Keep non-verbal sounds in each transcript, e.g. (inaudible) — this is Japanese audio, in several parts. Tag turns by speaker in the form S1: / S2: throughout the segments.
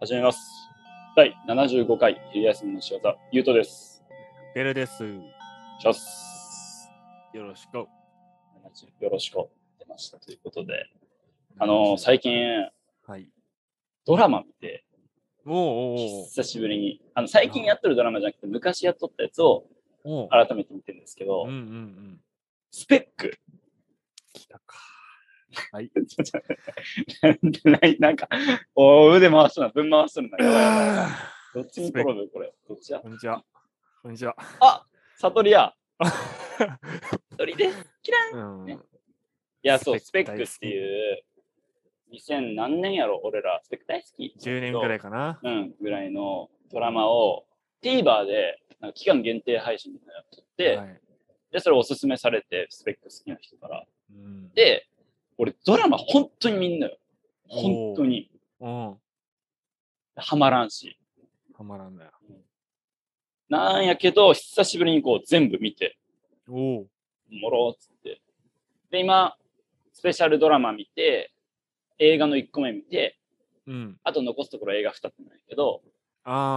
S1: 始めます。第75回昼休みの仕業、ゆうとです。
S2: ベルです。
S1: シャス。
S2: よろしく。
S1: よろしく。出ましたということで、あの、最近、
S2: はい。
S1: ドラマ見て、
S2: おうおう
S1: 久しぶりに、あの、最近やっとるドラマじゃなくて、昔やっとったやつを
S2: おう。
S1: 改めて見てるんですけ
S2: お
S1: ど
S2: う。うん、うんうん。
S1: スペック。
S2: 来たか。は
S1: (laughs)
S2: い。
S1: ちょっとななんか、おー腕回すな、分回すな。やばいやばいどっちに転ぶこれ。どっちや
S2: こんにちは。こんにちは。
S1: (laughs) あ悟りや。悟りでキラン
S2: うん。
S1: ねいや、そう、ス
S2: ス
S1: ペ
S2: ペ
S1: ッ
S2: ッ
S1: ク
S2: ク
S1: っていう、2000何年やろ、俺ら、スペック大好き。
S2: 10年ぐらいかな。
S1: うん、ぐらいのドラマを TVer で、なんか期間限定配信みたいなのやっとって、
S2: はい
S1: で、それをおすすめされて、スペック好きな人から。
S2: うん。
S1: で、俺、ドラマ本当に見んのよ。本当に。
S2: うん。
S1: ハマらんし。
S2: はまらんなよ。
S1: なんやけど、久しぶりにこう、全部見て、
S2: おう。
S1: もろーっつって。で、今、スペシャルドラマ見て、映画の1個目見て、
S2: うん。
S1: あと残すところ映画2つなんやけど、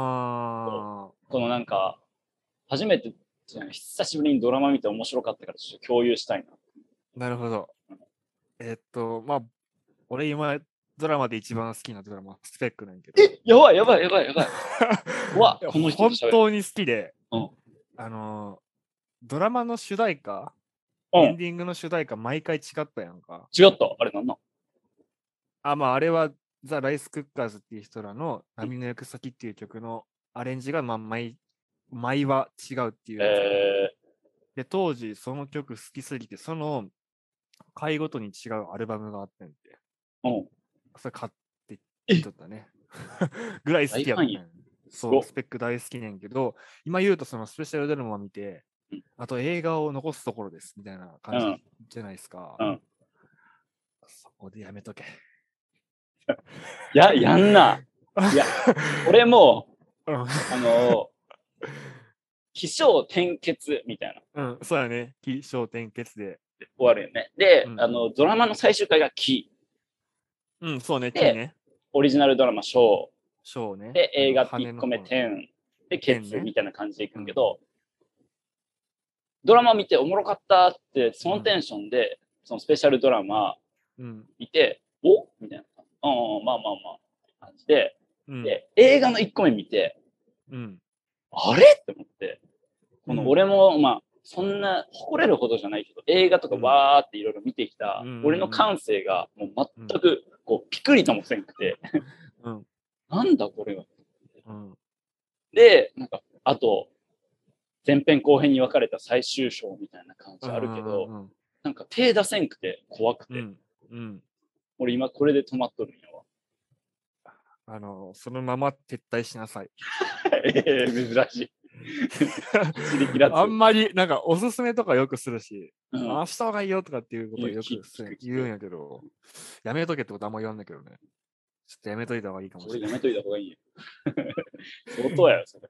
S2: あ
S1: このなんか、初めてじゃない、久しぶりにドラマ見て面白かったからちょっと共有したいな。
S2: ー。なるほど。えっと、まあ、俺今、ドラマで一番好きなドラマ、スペックなんやけど。
S1: えやばいやばいやばいやばい。うわ
S2: いや
S1: この人と
S2: 本
S1: 喋る
S2: 当に好きで、
S1: うん
S2: あのードラマの主題歌、
S1: う
S2: エン
S1: ん、
S2: ディングの主題歌毎回違ったやんか。
S1: 違った。あれなんなん
S2: あ、まああれはザ・ライス・クッカーズっていう人らの波の行く先っていう曲のアレンジが、まあ、毎、毎は違うっていうやつやん、
S1: え
S2: で、当時その曲好きすぎて、その回ごとに違うアルバムがあってんて、
S1: ー、うん。
S2: それ買って
S1: え
S2: きとったね。 (laughs) ぐらい好きやった
S1: 大ファンや
S2: ね。
S1: すご
S2: そ
S1: っ
S2: う、スペック大好きねんけど、今言うとそのスペシャルドラマ見て
S1: うん、
S2: あと映画を残すところですみたいな感
S1: うん
S2: じじゃないですか。
S1: うん
S2: そこでやめとけ。
S1: や、やん (laughs) な。いや、俺も、
S2: うん
S1: あのー起承転結みたいな。
S2: (laughs) うん、そうやね。起承転結で。
S1: 終わるよね。で、
S2: うん
S1: あの、ドラマの最終回が起。
S2: うん、そうね。起
S1: で
S2: ね。
S1: オリジナルドラマ小。
S2: 章ね。
S1: で、映画
S2: あの
S1: 1個目。
S2: 羽の
S1: 点。で、ケツ
S2: 点ね
S1: みたいな感じでいくんけど、ドラマ見ておもろかったって、そのテンションで、そのスペシャルドラマ
S2: うん。
S1: 見て、おみたいな。うんうん、まあまあまあ。感じで、
S2: うん。
S1: で、映画の1個目見て、
S2: うん。
S1: あれって思って、こ
S2: う
S1: の
S2: ん
S1: 俺も、まあ、そんな誇れるほどじゃないけど、映画とか
S2: うん
S1: わーっていろいろ見てきた
S2: うんうんう、ん
S1: 俺の感性がもう全く、こう、ピクリともせんくて、
S2: うん。
S1: なんだこれは。
S2: うん。
S1: で、なんか、あと、前編後編に分かれた最終章みたいな感じあるけ
S2: う
S1: ど、
S2: ん。
S1: なんか手出せんくて怖くて、
S2: うん。うん。
S1: 俺今これで止まっとるんやわ。
S2: あの、そのまま撤退しなさい。
S1: ええ (laughs) 珍しい。走り切らず。
S2: あんまり、なんか、おすすめとかよくするし、
S1: うん
S2: ああした方がいいよとかっていうことを
S1: 言う
S2: よ
S1: 聞
S2: く
S1: く
S2: す
S1: 聞く
S2: る言うんやけど、やめとけってことあんま言わんだけどね。ちょっとやめといた方がいいかも
S1: そ
S2: し
S1: れや
S2: れない。
S1: めといた方がいいよ。 (laughs) 相当やよ、それ。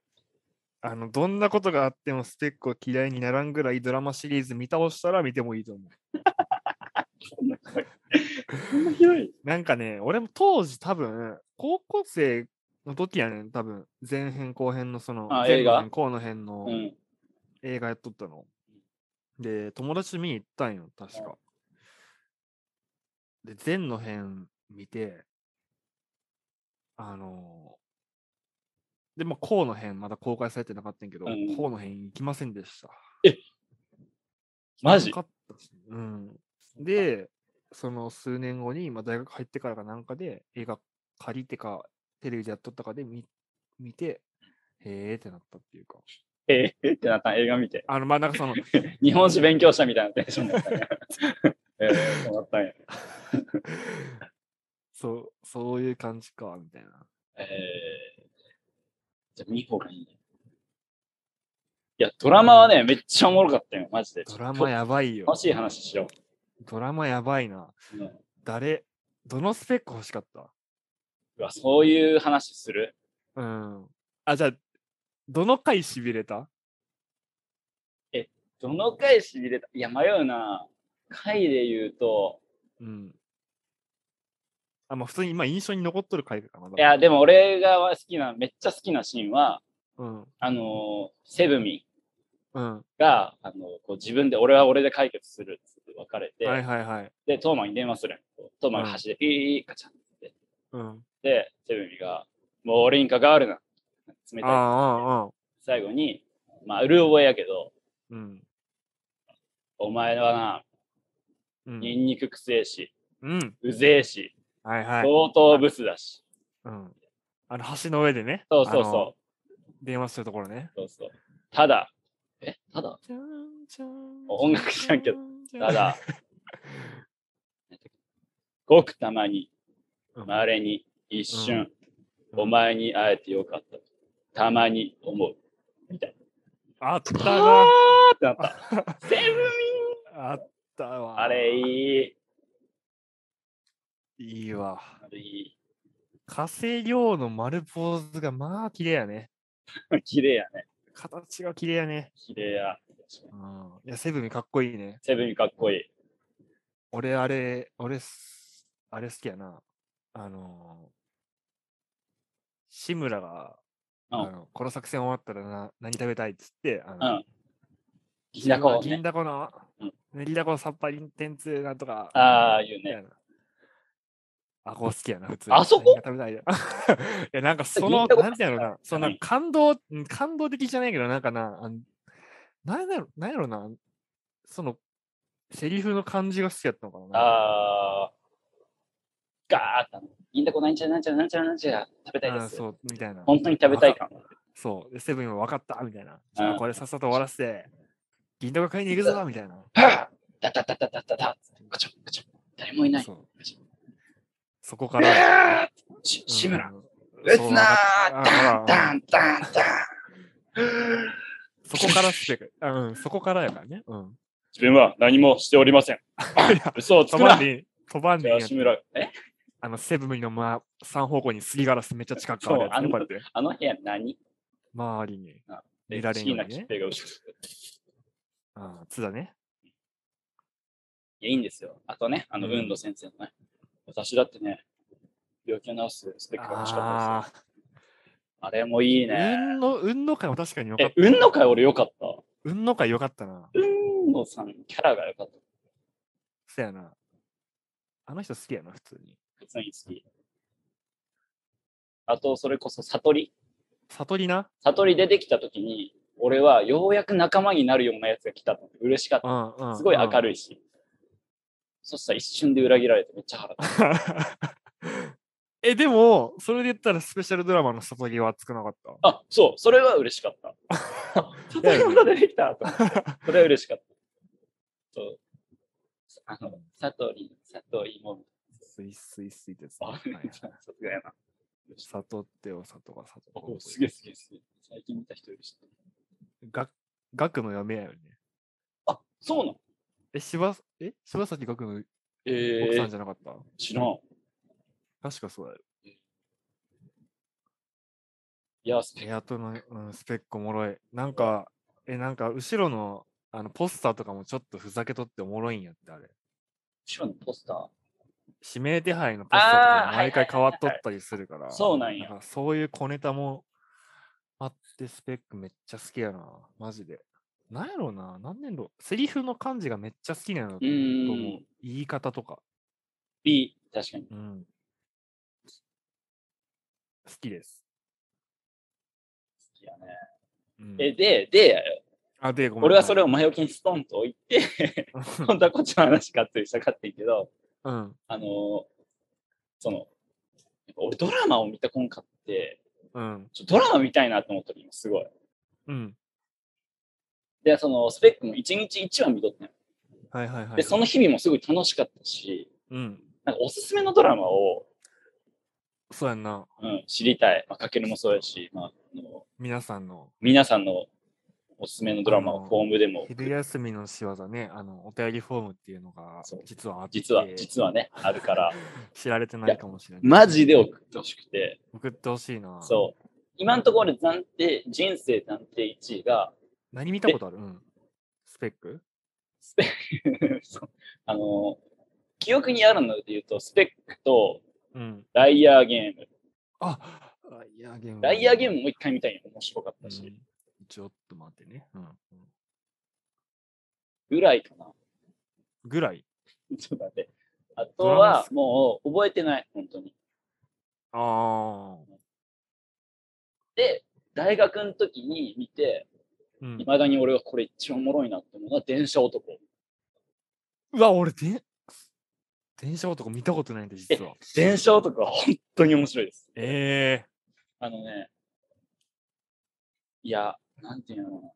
S2: あの、どんなことがあってもスペックを嫌いにならんぐらいドラマシリーズ見倒したら見てもいいと思う。
S1: そんなそんなひどい。
S2: なんかね、俺も当時多分、高校生の時やねん、多分、前編後編のその、
S1: あ
S2: 前
S1: 映画
S2: 編後の編
S1: う
S2: の
S1: ん。
S2: 映画やっとったの。で、友達と見に行ったんよ、確
S1: うん
S2: か。で、前の編見て、あのーで、まあ、後の編、まだ公開されてなかったんやけど、
S1: うん
S2: 後の編行きませんでした。
S1: マジ
S2: なかったしうん。で、その数年後に、まあ、大学入ってからかなんかで、映画借りてか、テレビでやっとったかで見見て、へーってなったっていうか。
S1: ええ (laughs) ってなった映画見て。
S2: あの、まあ、なんかその、
S1: 日本史勉強したみたいなテンションだった
S2: (laughs)
S1: ね。ええそうなったんや。
S2: そう、そういう感じか、みたいな。
S1: ええじゃあ見方がいいね。いや、ドラマはね、めっちゃおもろかったよ、マジで。
S2: ドラマ
S1: や。
S2: やばいよ
S1: 楽。しい話しよ
S2: ドラマやばいな。
S1: う。うん
S2: 誰、どのスペック欲しかった
S1: うわ、そういう話する
S2: うん。あ、じゃあ、どの回しびれた
S1: どの回しびれたいや、迷うな。回で言うと、
S2: うん。あ、まあ普通に、まあ印象に残っとる回かな。まだ
S1: いや、でも、俺が好きな、めっちゃ好きなシーンは、
S2: うん。
S1: あのーセブミ
S2: うん。
S1: が、あのこう自分で、俺は俺で解決するっつって別れて、
S2: はいはいはい。
S1: で、トーマに電話するやん。トーマが走ってピーカチャンって。
S2: うん。
S1: で、セブミが、もう俺に関わるな。冷
S2: あ
S1: たい。
S2: あ、ああ、
S1: 最後に、まあ、うる覚えやけど、
S2: うん。
S1: お前はな、
S2: うん。
S1: ニンニクくせえし、
S2: うん。
S1: うぜえし、
S2: はいはい。
S1: 相当ブスだし。
S2: うん。あの、橋の上でね。
S1: そうそう
S2: あの
S1: そ
S2: 電話するところね
S1: う。。そうそう。ただ、え、ただ音楽知らんけど。た
S2: (laughs)
S1: だ、ごくたまに、
S2: うん
S1: まれに、一瞬、
S2: うん
S1: お前に会えてよかった。たまに思う。みたい
S2: あった
S1: な。 (laughs)
S2: な。
S1: ーってな
S2: (laughs)
S1: った。セブミ
S2: あったわ。
S1: あれい
S2: いい。いいわ。
S1: い。あれい (laughs)
S2: 火星量の丸ポーズがまあ綺麗やね。
S1: い。綺麗やね。
S2: 形が綺麗やね。
S1: 綺麗や。
S2: うん。いや、セブンかっこいいね。
S1: セブミかっこいい。
S2: 俺、あれ、俺す、あれ好きやな。あのー、志村が、
S1: うん
S2: あのこの作戦終わったらな何食べたいっつって、あ
S1: う
S2: の
S1: ん銀だこ、
S2: 銀
S1: ね。
S2: だこの
S1: うん、
S2: 銀だこのさっぱり天つなんとか、
S1: ああ、言う
S2: み
S1: ね
S2: た。いな。あ、こう好きやな、普通に。
S1: あそこ
S2: 何が食べたいやい (laughs) や、なんかそ
S1: 銀
S2: の、
S1: だこ
S2: なんていうのかな、その
S1: うん
S2: 感動、うん感動的じゃないけど、なんかな、あんなんやろ、なんやろな、その、セリフの感じが好きやったのかな。
S1: あー、ガーッと、銀だこなんちゃらなんちゃらなんちゃらなんちゃら食べたい
S2: うん
S1: です。
S2: そう、みたいな。
S1: 本当に食べたいかも。
S2: そう、でセブンは分かった、みたいな。じゃ
S1: うん
S2: あ、これさっさと終わらせて、銀だこ買いに行くぞ、みたいな。
S1: はぁだだだだだだだガチャガチャ誰もいない。
S2: そう
S1: ガチャ
S2: そこから、
S1: あーし志村、
S2: うん
S1: 撃つな
S2: そう分かっ
S1: ー
S2: た
S1: ダ
S2: う
S1: ンダン
S2: ん
S1: ダンダン
S2: そこからスペク、うん、そこからやからね。うん。
S1: 自分は何もしておりません。嘘をつ
S2: 飛
S1: く
S2: ば
S1: なん
S2: でいい、飛ばんでいいやつ
S1: 志村、え
S2: あの、セブンのまあ、3方向にすりガラスめっちゃ近くあるやつ
S1: そうあ
S2: ね、
S1: の
S2: こうやって。
S1: あの部屋何
S2: 周りに。
S1: で
S2: 見られんようにね
S1: 椎名桔平が後ろ
S2: ああ、つだね。
S1: いや、いいんですよ。あとね、あの、
S2: うん
S1: 運動先生のね、私だってね、病気を治すスペックが欲しかったですよ。
S2: あ
S1: あれもいい
S2: あ
S1: ね。
S2: 運の、運の会は確かに良かっ
S1: え
S2: た、。
S1: 運の会俺よかった。
S2: 運の会良かったな。
S1: 運のさん、キャラがよかった。
S2: そやな。あの人好きやな、普通に。
S1: 普通に好き。あと、それこそ悟り。
S2: 悟りな。
S1: 悟り出てきたときに、俺はようやく仲間になるようなやつが来たと。嬉しかっ
S2: う
S1: た。
S2: んうん。
S1: すごい明
S2: い。
S1: るいし。そしたら一瞬で裏切られてめっちゃ腹立っ。
S2: (laughs) え、でも、それで言ったらスペシャルドラマの悟りは熱くなかった
S1: あ、そう、それは嬉しかった。悟りのこと出てきたと思
S2: (laughs)
S1: って
S2: た。
S1: それは嬉しかった。そう。あの、悟り、悟りも、
S2: スイスイスイです、ね。
S1: あ、(laughs)
S2: は
S1: さ
S2: いはい
S1: すがやな。
S2: 悟ってお里が里。
S1: おすげえすげえすげえ。最近見た人いるし。
S2: が、学の嫁やよね。
S1: あ、そうなの
S2: え、柴、え、柴崎学の
S1: え
S2: 奥
S1: え
S2: さんじゃなかった、
S1: 知らん。
S2: 確かそうだよ。
S1: いや、スペ
S2: エアとの、うん、スペックおもろい。なんか、え、なんか後ろの、あの、ポスターとかもちょっとふざけとっておもろいんやって、あれ。
S1: 後ろのポスター。
S2: 指名手配のポスターとか
S1: あー
S2: も毎回
S1: はい
S2: 変
S1: はいはいはい
S2: わっとったりするから。
S1: そうなんや
S2: かそういう小ネタもあって、スペックめっちゃ好きやな。マジで。なんやろうな。なんねんろ。セリフの感じがめっちゃ好きなの。と
S1: う
S2: 思
S1: ー。
S2: うん言い方とか。
S1: B、確かに。
S2: うん。好きです。
S1: 好きやね。
S2: うん
S1: え、で、で、
S2: あ、で、ごめん
S1: 俺はそれを前置きにストンと置いて、
S2: はい
S1: 本当はこっちの話かってしたかってんけど、
S2: うん。
S1: あのーその、やっぱ俺ドラマを見たこんかって、
S2: うん。
S1: ちょドラマ見たいなと思ってる今、すごい。
S2: うん。
S1: で、その、スペックも一日一話見とってん
S2: はいはいはい。
S1: で、その日々もすごい楽しかったし、
S2: うん。
S1: なんかおすすめのドラマを、
S2: そうやんな。
S1: うん、知りたい。まあ、かけるもそうやし、まあ、あの
S2: 皆さんの
S1: 皆さんのおすすめのドラマ
S2: あ
S1: を
S2: の
S1: フォームでも、
S2: 昼休みの仕業ね、あの、お便りフォームっていうのが
S1: そう、
S2: 実はあって、
S1: 実は、実はね、あるから、
S2: 知られてないかもしれない。
S1: (laughs) マジで送ってほしくて、
S2: 送ってほしいな。う。
S1: そう。今のところ暫定、人生暫定1位が、 (laughs)
S2: 何見たことあるうん。スペック
S1: スペック、そうあの、記憶にあるので言うと、スペックと、
S2: うん。
S1: ライアーゲーム。
S2: あライアーゲーム。
S1: ライアーゲームもう一回見たいの面白かった
S2: う
S1: し
S2: ん。ちょっと待ってね。うん。うん
S1: ぐらいかな。 (laughs)
S2: ぐらい。
S1: ちょっと待って。あと
S2: ドラマっ
S1: は
S2: す
S1: もう覚えてない、本当に。
S2: ああ。
S1: で、大学の時に見て、
S2: うん
S1: い、まだに俺はこれ一番おもろいなって思うのは電車男。
S2: うわ、俺で、電車男見たことないんで、実
S1: (laughs)
S2: は。
S1: 電車男は本当に面白いです。
S2: ええ
S1: あのね、いや、なんていうのかな。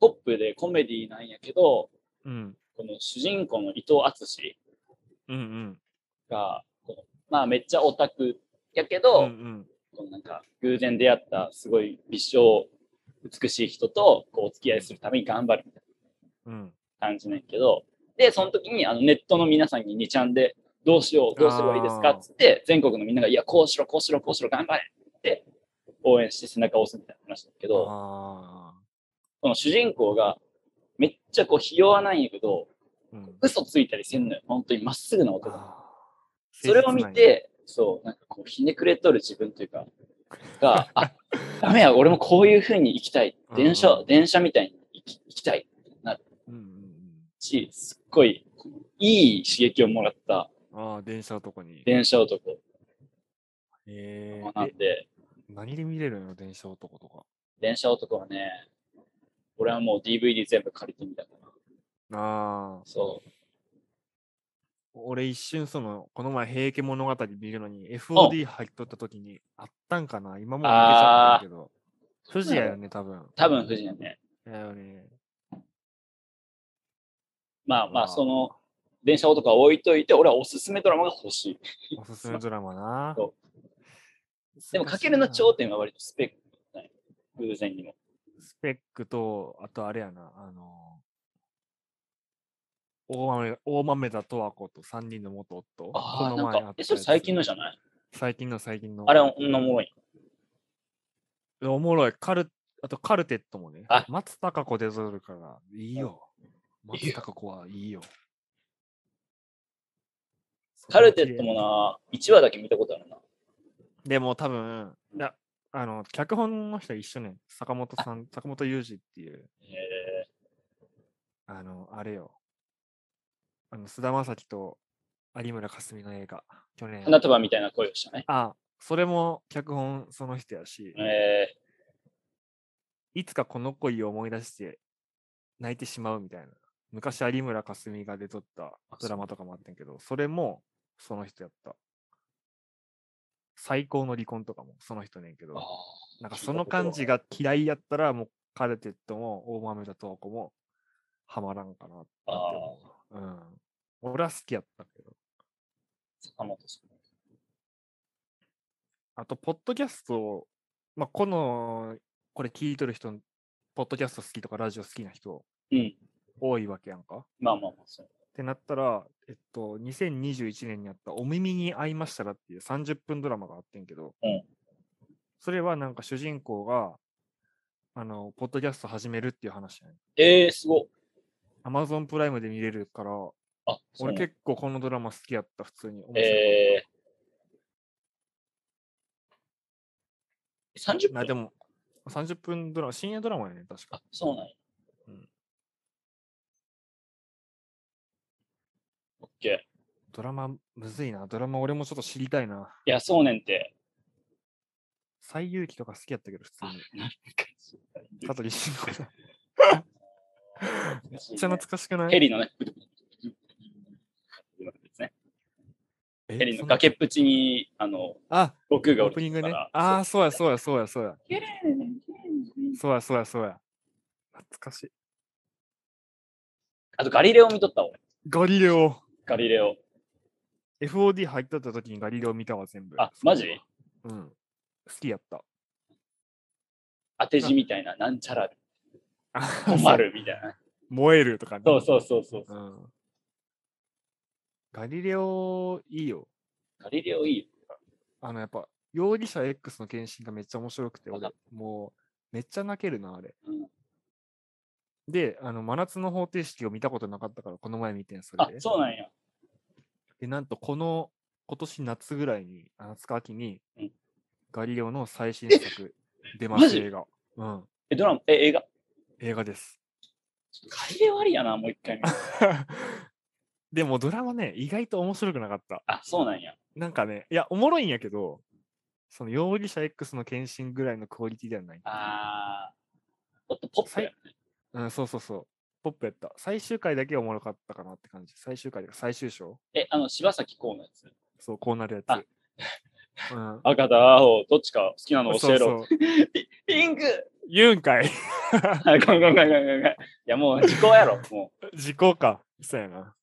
S1: ポップでコメディなんやけど、
S2: うん。
S1: この主人公の伊藤淳
S2: うんうん。
S1: が、このまあめっちゃオタクやけ
S2: う
S1: ど、
S2: ん
S1: このなんか偶然出会ったすごい美少美しい人とこうお付き合いするために頑張るみたい
S2: うん。うん。
S1: な感じなんやけど、で、その時にあのネットの皆さんに2ちゃんで、どうしよう、どうすればいいですか
S2: あー
S1: っつって、全国のみんなが、いや、こうしろ、こうしろ、こうしろ、頑張れって応援して背中を押すみたいな話だけど、
S2: ああ。
S1: この主人公がめっちゃこう、ひ弱なんやけど、
S2: うん。
S1: 嘘ついたりせんのよ。本当にまっすぐな男。
S2: あー
S1: それを見、て、そう、なんかこう、ひねくれとる自分というか、が、あ、 (laughs) ダメや、俺もこういう風に生きたい。電
S2: うん
S1: 車
S2: う、ん
S1: 電車みたいに生き生きたい
S2: 誠実なんやうん
S1: し、すっごい、いい刺激をもらった
S2: うんうん。ああ、電車男に。
S1: 電車男
S2: え
S1: なん
S2: え
S1: で、
S2: 何で見れるの電車男とか。
S1: 電車男はね、俺はもう DVD 全部借りてみたから。
S2: ああ。
S1: そう。
S2: 俺一瞬その、この前、平家物語見るのに FOD 入っとった時に、あったんかな今もう抜けちゃったけど。不二やよね、多分。
S1: 多分、藤野ね。
S2: だよ
S1: (laughs)
S2: ね。
S1: まあま
S2: ま
S1: あ、
S2: あ
S1: その、電車男は置いといて、俺はおすすめドラマが欲しい。
S2: おすすめドラマな
S1: そ。でも、かけるの
S2: 超
S1: 頂点は割とスペックない。偶然にも。
S2: スペックと、あとあれやな、あのー、大豆大豆田十和子と3人の元夫。
S1: ああ、
S2: この
S1: なん
S2: 前
S1: か
S2: っ、た
S1: え、
S2: やつ
S1: それ最近のじゃない
S2: 最近の最近の。
S1: あれ、女もろい。
S2: おもろい。カルあとカルテットもね
S1: あ。
S2: 松たか子出とるから、いいよ。松たか子はいいよ。
S1: カルテットもな、1話だけ見たことあるな。
S2: でも多分、いや、あの、脚本の人一緒ね。坂本さん、坂本雄二っていう、
S1: え
S2: あの、あれよ。あの、菅田将暉と有村架純の映画、去年
S1: ー、。花束みたいな声をしたね。
S2: あ、それも脚本その人やし、
S1: え
S2: いつかこの恋を思い出して泣いてしまうみたいな。昔有村架純が出とったドラマとかもあったんやけど、それもその人やった。最高の離婚とかもその人ねんけ
S1: ー、あ
S2: ど、
S1: あ
S2: なんか
S1: 聞いた
S2: その
S1: ことは
S2: 感じが嫌いやったら、もうカルテットも大豆田十和子もハマらんかなって思う。うん。俺は好きやったけど。
S1: 坂本さん。
S2: あと、ポッドキャストを、まあ、この、これ聞いとる人、ポッドキャスト好きとかラジオ好きな人
S1: うん。
S2: 多いわけやんか。っ
S1: まあまあまあ、そう。
S2: てなったら、えっと、2021年にあったお耳に合いましたらっていう30分ドラマがあってんけど、
S1: うん
S2: それはなんか主人公が、あの、ポッドキャスト始めるっていう話やね。
S1: ええー、すごっ。
S2: アマゾンプライムで見れるから、
S1: あ、そう
S2: 俺
S1: なんだ
S2: 結構このドラマ好きやった、普通に。面白かった
S1: えー、30
S2: な
S1: 分
S2: でも、30分ドラマ、深夜ドラマやね、確か
S1: あ。、そうなんや。
S2: うん
S1: オッケー。い
S2: ドラマ、むずいな。ドラマ、俺もちょっと知りたいな。
S1: や、そうねん
S2: (laughs)
S1: て。
S2: 最遊記とか好きやったけど、普通に。香取慎
S1: (laughs)
S2: 吾さん。めっちゃ懐かしくない
S1: ヘリのね、ですね
S2: え
S1: ヘリ
S2: そ
S1: の
S2: んな
S1: 崖っぷちに、あの、
S2: あ、
S1: 悟空が
S2: オ
S1: 降
S2: ープニ
S1: り
S2: ン
S1: て
S2: グ
S1: きた
S2: ね。
S1: から
S2: ああー、そうや、そうや、そうや、そうや。そうや、そうや、そうや。懐かしい。
S1: あと、ガリレオ見とった俺。
S2: ガリレオ。
S1: ガリレオ。
S2: FOD 入っとった時にガリレオ見たわ、全部。
S1: あ
S2: そうい
S1: マジ
S2: えばうん。好きやった。
S1: 当て字みたいな、なんちゃら、
S2: あ
S1: 困。るみたいな。
S2: そう燃えるとかね。
S1: そうそうそうそう。
S2: うん。ガリレオ、いいよ。
S1: ガリレオいいよ。
S2: あの、やっぱ、容疑者 X の検診がめっちゃ面白くて、
S1: わか
S2: 俺、もう、めっちゃ泣けるな、あれ。
S1: うん
S2: で、あの、真夏の方程式を見たことなかったから、この前見てん、そ
S1: あ
S2: れ、で。
S1: そうなんや。
S2: で、なんと、この、今年夏ぐらいに、あ夏か秋に
S1: うん、
S2: ガリレオの最新
S1: (laughs)
S2: 作出ま
S1: マ
S2: す、
S1: ジ
S2: 映画。うん、
S1: え、ドラマ、え、映画。
S2: 映画です。 (laughs)
S1: ちょっと改良ありやな、もう一回見る。
S2: でもドラマね、意外と面白くなかった。
S1: あ、そうなんや。
S2: なんかね、いや、おもろいんやけど、その容疑者 X の献身ぐらいのクオリティではない。
S1: あー。ちょっとポップやね。
S2: うん、そうそうそう。ポップやった。最終回だけおもろかったかなって感じ。最終回で最終章
S1: え、あの、柴咲コウのやつ。
S2: そう、こうなるや
S1: あ (laughs)
S2: つ。うん。
S1: 赤と青、どっちか好きなの教えろ。
S2: そうそう
S1: ピンク
S2: (laughs) 言うんかい。 (laughs)
S1: あ、ごめんごめんごめんごめんごめん。いや、もう時効やろ、もう。
S2: 時効か。そうやな。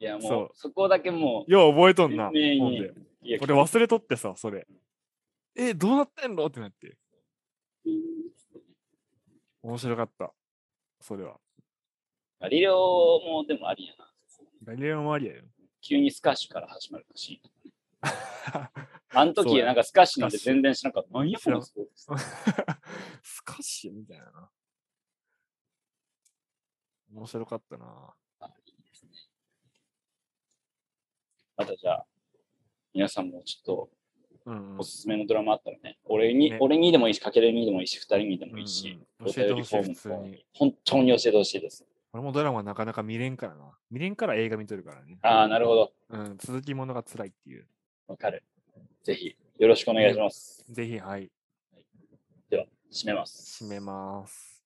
S1: いや、もう、
S2: そう
S1: そこだけもう、
S2: よう覚えとんな。
S1: 鮮明
S2: ほん
S1: に
S2: で。
S1: いや、
S2: 俺忘れとってさ、それ。え、どうなってんのってなって。面白かった。それは。
S1: ガリレオもでもありやな。
S2: ガリレオもありやよ。 (laughs)
S1: 急にスカッシュから始まるシーン。あの
S2: そう
S1: 時、
S2: や
S1: なんかスカッシュなんて全然しなかった。何やこの
S2: 知
S1: スポーツ
S2: スカッシュみたいなな。面白かったな。
S1: またじゃあ、皆さんもちょっ
S2: うん、
S1: と
S2: う
S1: おすすめのドラマあったらね、俺に、
S2: ね
S1: 俺にでもいいし、かけるにでもいいし、二人にでもいいし、
S2: んうん教えてほしい、普通
S1: も
S2: に。
S1: 本当に教えてほしいです。
S2: 俺もドラマなかなか見れんからな。見れんから映画見とるからね。
S1: ああ、なるほど。
S2: うん、続きものが辛いっていう。
S1: わかる。ぜひ、よろしくお願いします。
S2: ぜひ、はい、
S1: では、締めます。
S2: 締めます。